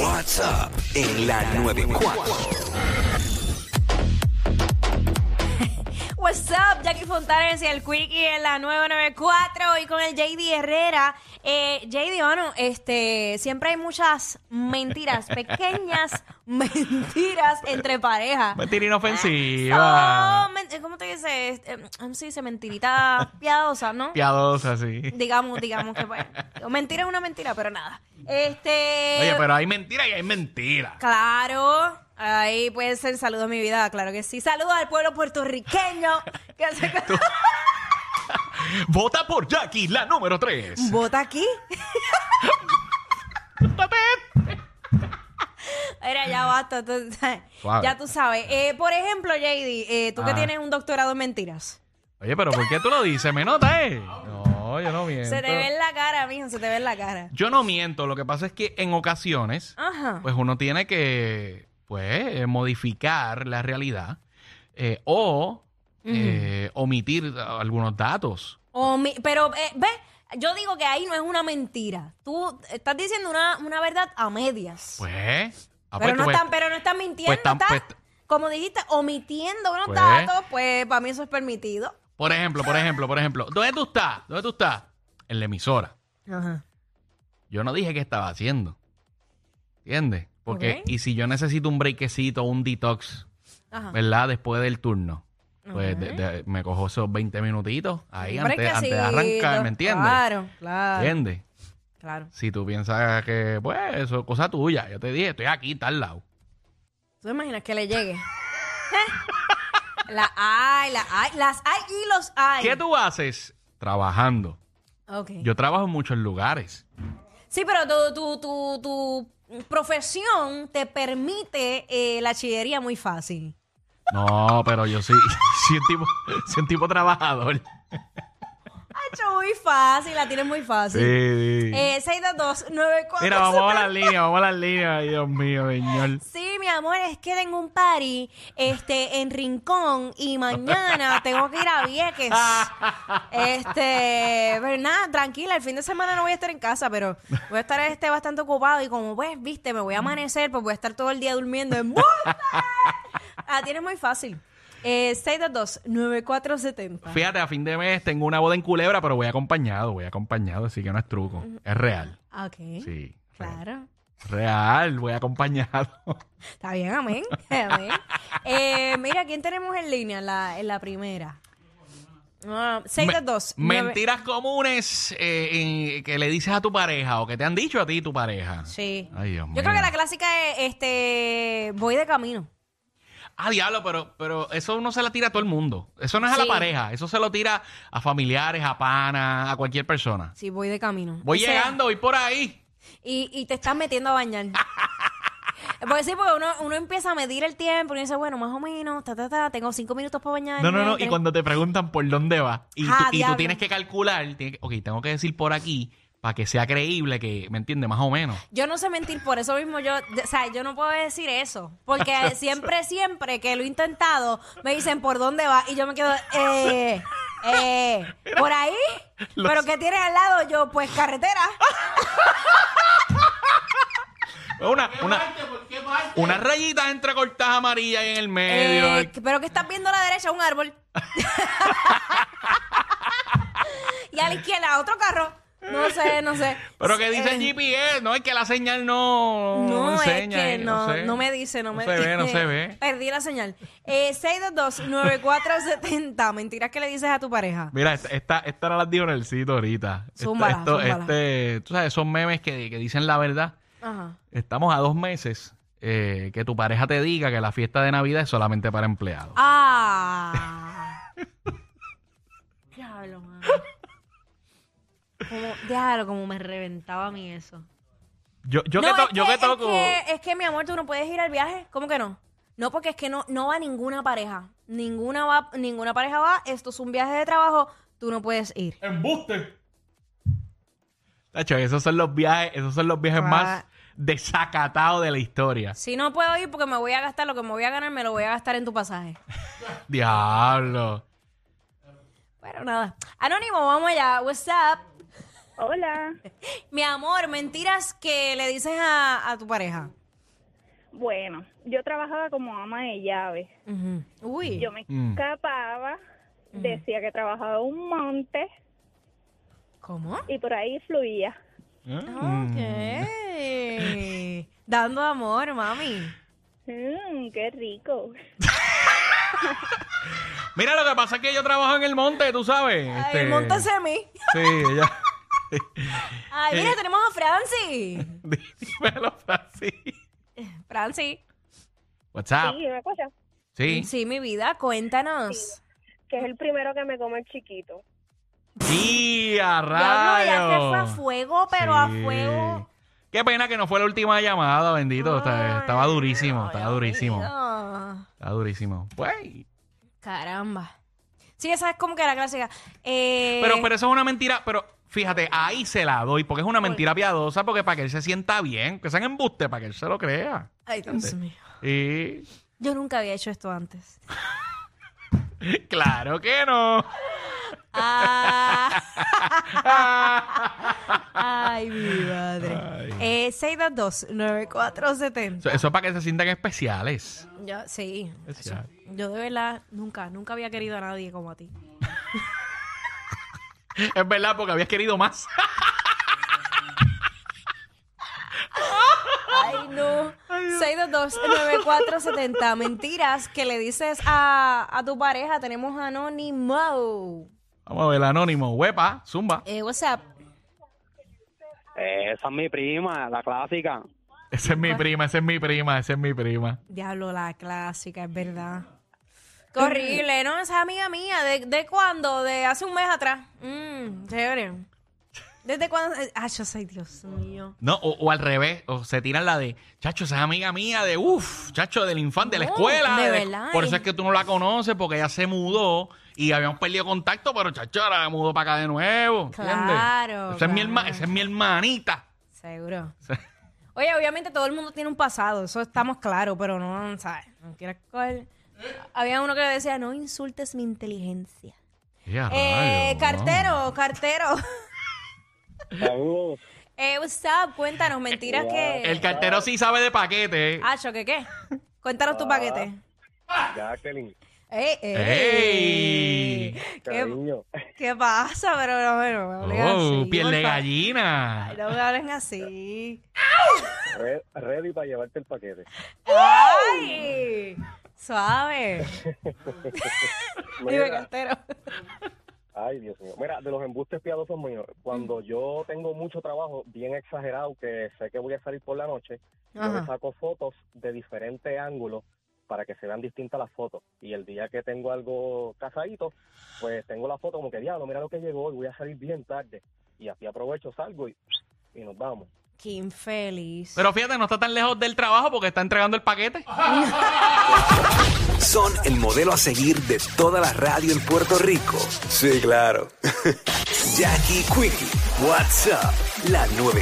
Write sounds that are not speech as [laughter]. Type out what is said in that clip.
WhatsApp en la 94. What's up, Jackie Fontanes y el Quickie en la 994 y con el JD Herrera. Eh, JD, bueno, este, siempre hay muchas [laughs] mentiras, pequeñas mentiras entre parejas. Mentira Oh, inofensiva. men- ¿Cómo te dice? Este, em, ¿Cómo se dice? Mentirita piadosa, ¿no? Piadosa, sí. digamos, digamos que pues, mentira es una mentira, pero nada. Este. Oye, pero hay mentira y hay mentira. Claro. Ahí puede ser saludo a mi vida, claro que sí. Saludos al pueblo puertorriqueño que [laughs] se Vota por Jackie, la número 3. vota aquí. Era ya basta, tú sabes. Wow. ya tú sabes. Eh, por ejemplo, JD, eh, tú que Ajá. tienes un doctorado en mentiras. Oye, pero ¿por qué tú lo dices? Me nota, eh. No, yo no miento. Se te ve en la cara, mijo, se te ve en la cara. Yo no miento. Lo que pasa es que en ocasiones, Ajá. pues uno tiene que, pues, eh, modificar la realidad eh, o eh, omitir eh, algunos datos. O mi- pero, eh, ve, yo digo que ahí no es una mentira. Tú estás diciendo una, una verdad a medias. Pues, ah, pero, pues, no pues, están, pero no están mintiendo, tan- estás, pues- como dijiste, omitiendo unos Pues. datos, pues para mí eso es permitido. Por ejemplo, por ejemplo, por ejemplo. ¿Dónde tú estás? ¿Dónde tú estás? En la emisora. Ajá. Yo no dije qué estaba haciendo. ¿Entiendes? Porque, Ok. y si yo necesito un brequecito, un detox, Ajá. ¿verdad? Después del turno. Pues de- de- me cojo esos 20 minutitos ahí Hombre, antes, que antes de sí, arrancar, do- ¿me entiendes? Claro, claro. ¿Entiendes? Claro. Si tú piensas que, pues, eso es cosa tuya. Yo te dije, estoy aquí, tal lado. ¿Tú te imaginas que le llegue? [laughs] ¿Eh? la hay, la hay, las hay y los hay. ¿Qué tú haces? Trabajando. Ok. Yo trabajo en muchos lugares. Sí, pero tu, tu, tu, tu profesión te permite eh, la chillería muy fácil. No, pero yo sí, soy [laughs] un tipo, soy un tipo trabajador. Hacho, muy fácil, la tienes muy fácil. Sí, sí. Eh, 62294. Mira, vamos a las líneas, vamos a las líneas. Ay, Dios mío, señor. Sí, mi amor, es que tengo un party este, en Rincón y mañana tengo que ir a Vieques. Este, pero nada, tranquila, el fin de semana no voy a estar en casa, pero voy a estar este, bastante ocupado y como pues, viste, me voy a amanecer, pues voy a estar todo el día durmiendo. ¡Embuste! Ah, tienes muy fácil. Eh, 622-9470. Fíjate, a fin de mes tengo una boda en Culebra, pero voy acompañado, voy acompañado, así que no es truco. Es real. Ah, Ok, Sí. claro. Real, voy acompañado. Está bien, amén. [laughs] amén. Eh, mira, ¿quién tenemos en línea en la, en la primera? Ah, 622. Me- nueve- mentiras comunes eh, en- que le dices a tu pareja o que te han dicho a ti tu pareja. Sí. Ay, Dios Yo mío. creo que la clásica es, este, voy de camino. Ah, diablo, pero, pero eso no se la tira a todo el mundo. Eso no es a Sí. la pareja. Eso se lo tira a familiares, a panas, a cualquier persona. Sí, voy de camino. Voy O sea, llegando, voy por ahí. y, y te estás metiendo a [laughs] bañar. Porque sí, porque uno, uno empieza a medir el tiempo y uno dice, bueno, más o menos, ta, ta, ta, tengo cinco minutos para bañar. No, no, no. Y cuando te preguntan por dónde va, y, Ah, tú, y tú diablo. tienes que calcular, tienes que- ok, tengo que decir por aquí para que sea creíble, que me entiende más o menos. Yo no sé mentir, por eso mismo yo, o sea, yo no puedo decir eso, [laughs] porque siempre, siempre que lo he intentado, me dicen por dónde va y yo me quedo, [laughs] eh, eh, por ahí, Los- pero que tienes al lado yo, pues [laughs] carretera. Pues Una, una, unas rayitas entrecortadas amarillas ahí en el medio. Eh, pero que estás viendo a la derecha un árbol. [laughs] [laughs] y a la izquierda otro carro. No sé, no sé. pero que dice Eh, GPS, no es que la señal no, No, enseña, es eh, que no, sé. no me dice, no, No me se ve, no se ve. Perdí la señal. Eh, 622-9470. Mentiras que le dices a tu pareja. Mira, esta, esta, esta era la de Orelcito ahorita. Esta- Zúmbala, esto- zúmbala. Este, tú sabes, esos memes que, que dicen la verdad. Ajá. Estamos a dos meses eh, que tu pareja te diga que la fiesta de Navidad es solamente para empleados. Ah. [laughs] Diablo, mano. Como, diablo, como me reventaba a mí eso. Yo, yo No, que, to- es yo que es toco. que- es que, mi amor, tú no puedes ir al viaje. ¿Cómo que no? No, porque es que no, no va ninguna pareja. Ninguna, va, ninguna pareja va. Esto es un viaje de trabajo. Tú no puedes ir. ¡Embuste! Tacho, esos son los viajes, esos son los viajes Ah. más desacatados de la historia. Si no puedo ir porque me voy a gastar lo que me voy a ganar, me lo voy a gastar en tu pasaje. Diablo. Pero nada. Anónimo, vamos allá. What's up? Hola. Mi amor, mentiras que le dices a, a tu pareja. Bueno, yo trabajaba como ama de llaves. Uy. Yo me Mm. escapaba, decía que trabajaba en un monte ¿Cómo? y por ahí fluía. Ah. Ok. [laughs] Dando amor, mami. Mm, qué rico. Mira, lo que pasa es que yo trabajo en el monte, tú sabes. Ay, este, montas a mí. Sí, ella. [laughs] Ay, eh. mira, tenemos a Franci. Dímelo, Francis. Franci. What's up? Sí, una cosa, Sí. Sí, mi vida, cuéntanos. que es el primero que me come el chiquito. ¡Y a Diablo, ya se fue a rayos! fuego, pero Sí. a fuego. Qué pena que no fue la última llamada, bendito. Está- Ay, estaba durísimo, Dios estaba durísimo. mío. Eh. Estaba durísimo. Pues, Caramba. Sí, esa es como que la clásica. Eh, pero, pero eso es una mentira. Pero fíjate, ahí se la doy, porque es una mentira piadosa, porque para que él se sienta bien, que sean embuste, para que él se lo crea. Ay, Dios mío. Y [laughs] Yo nunca había hecho esto antes. claro que no. Ah. [laughs] Ay, mi madre. Eh, 622-9470. Eso, eso es para que se sientan especiales. Yo, sí. Especial. Yo de verdad nunca, nunca había querido a nadie como [laughs] a ti. Es verdad, porque habías querido más. [laughs] Ay, no. 622-9470. Mentiras que le dices a, a tu pareja. Tenemos anónimo. Vamos a ver, anónimo. Huepa, zumba. Eh, what's up? Eh, Esa es mi prima, la clásica. Esa es mi prima, esa es mi prima, esa es mi prima. Diablo, la clásica, es verdad. Qué horrible, ¿no? Esa amiga mía, ¿de, de cuándo? De hace un mes atrás. Mmm, chévere. ¿Desde cuándo? Eh, Ay, yo soy Dios mío. No, o, o al revés, o se tiran la de, chacho, esa es amiga mía de, uff, chacho, del infante, de la No, escuela. de la- verdad, Por es- eso es que tú no la conoces, porque ella se mudó y habíamos perdido contacto, pero chacho, ahora se mudó para acá de nuevo. ¿entiendes? Claro, Esa es, mi herma- claro. esa es mi hermanita. [laughs] Seguro. Oye, obviamente todo el mundo tiene un pasado, eso estamos claros, pero no, ¿sabes? No quieras coger. Había uno que decía, no insultes mi inteligencia. Ya, Eh, rayos, cartero, cartero. Saludos. Eh, what's up? Cuéntanos, mentiras que... El cartero sí sabe de paquete. Acho, ¿qué qué? Cuéntanos tu paquete. Jacqueline, ¡Ey! ¡Ey! ¿Qué, qué pasa? Pero no, me- no me hablen oh, así. piel por de favor. gallina. Ay, No me hablen así. ready para llevarte el paquete. ¡Ay! Suave. Dime, cartero. Ay, Dios mío. Mira, de los embustes piadosos míos, cuando Mm. yo tengo mucho trabajo bien exagerado, que sé que voy a salir por la noche, yo me Ajá. saco fotos de diferentes ángulos para que se vean distintas las fotos. Y el día que tengo algo casadito, pues tengo la foto como que, diablo, mira lo que llegó y voy a salir bien tarde. Y así aprovecho, salgo y, y nos vamos. Qué infeliz. Pero fíjate, no está tan lejos del trabajo porque está entregando el paquete. Son el modelo a seguir de toda la radio en Puerto Rico. Sí, claro. Jackie Quickie, WhatsApp, la 9.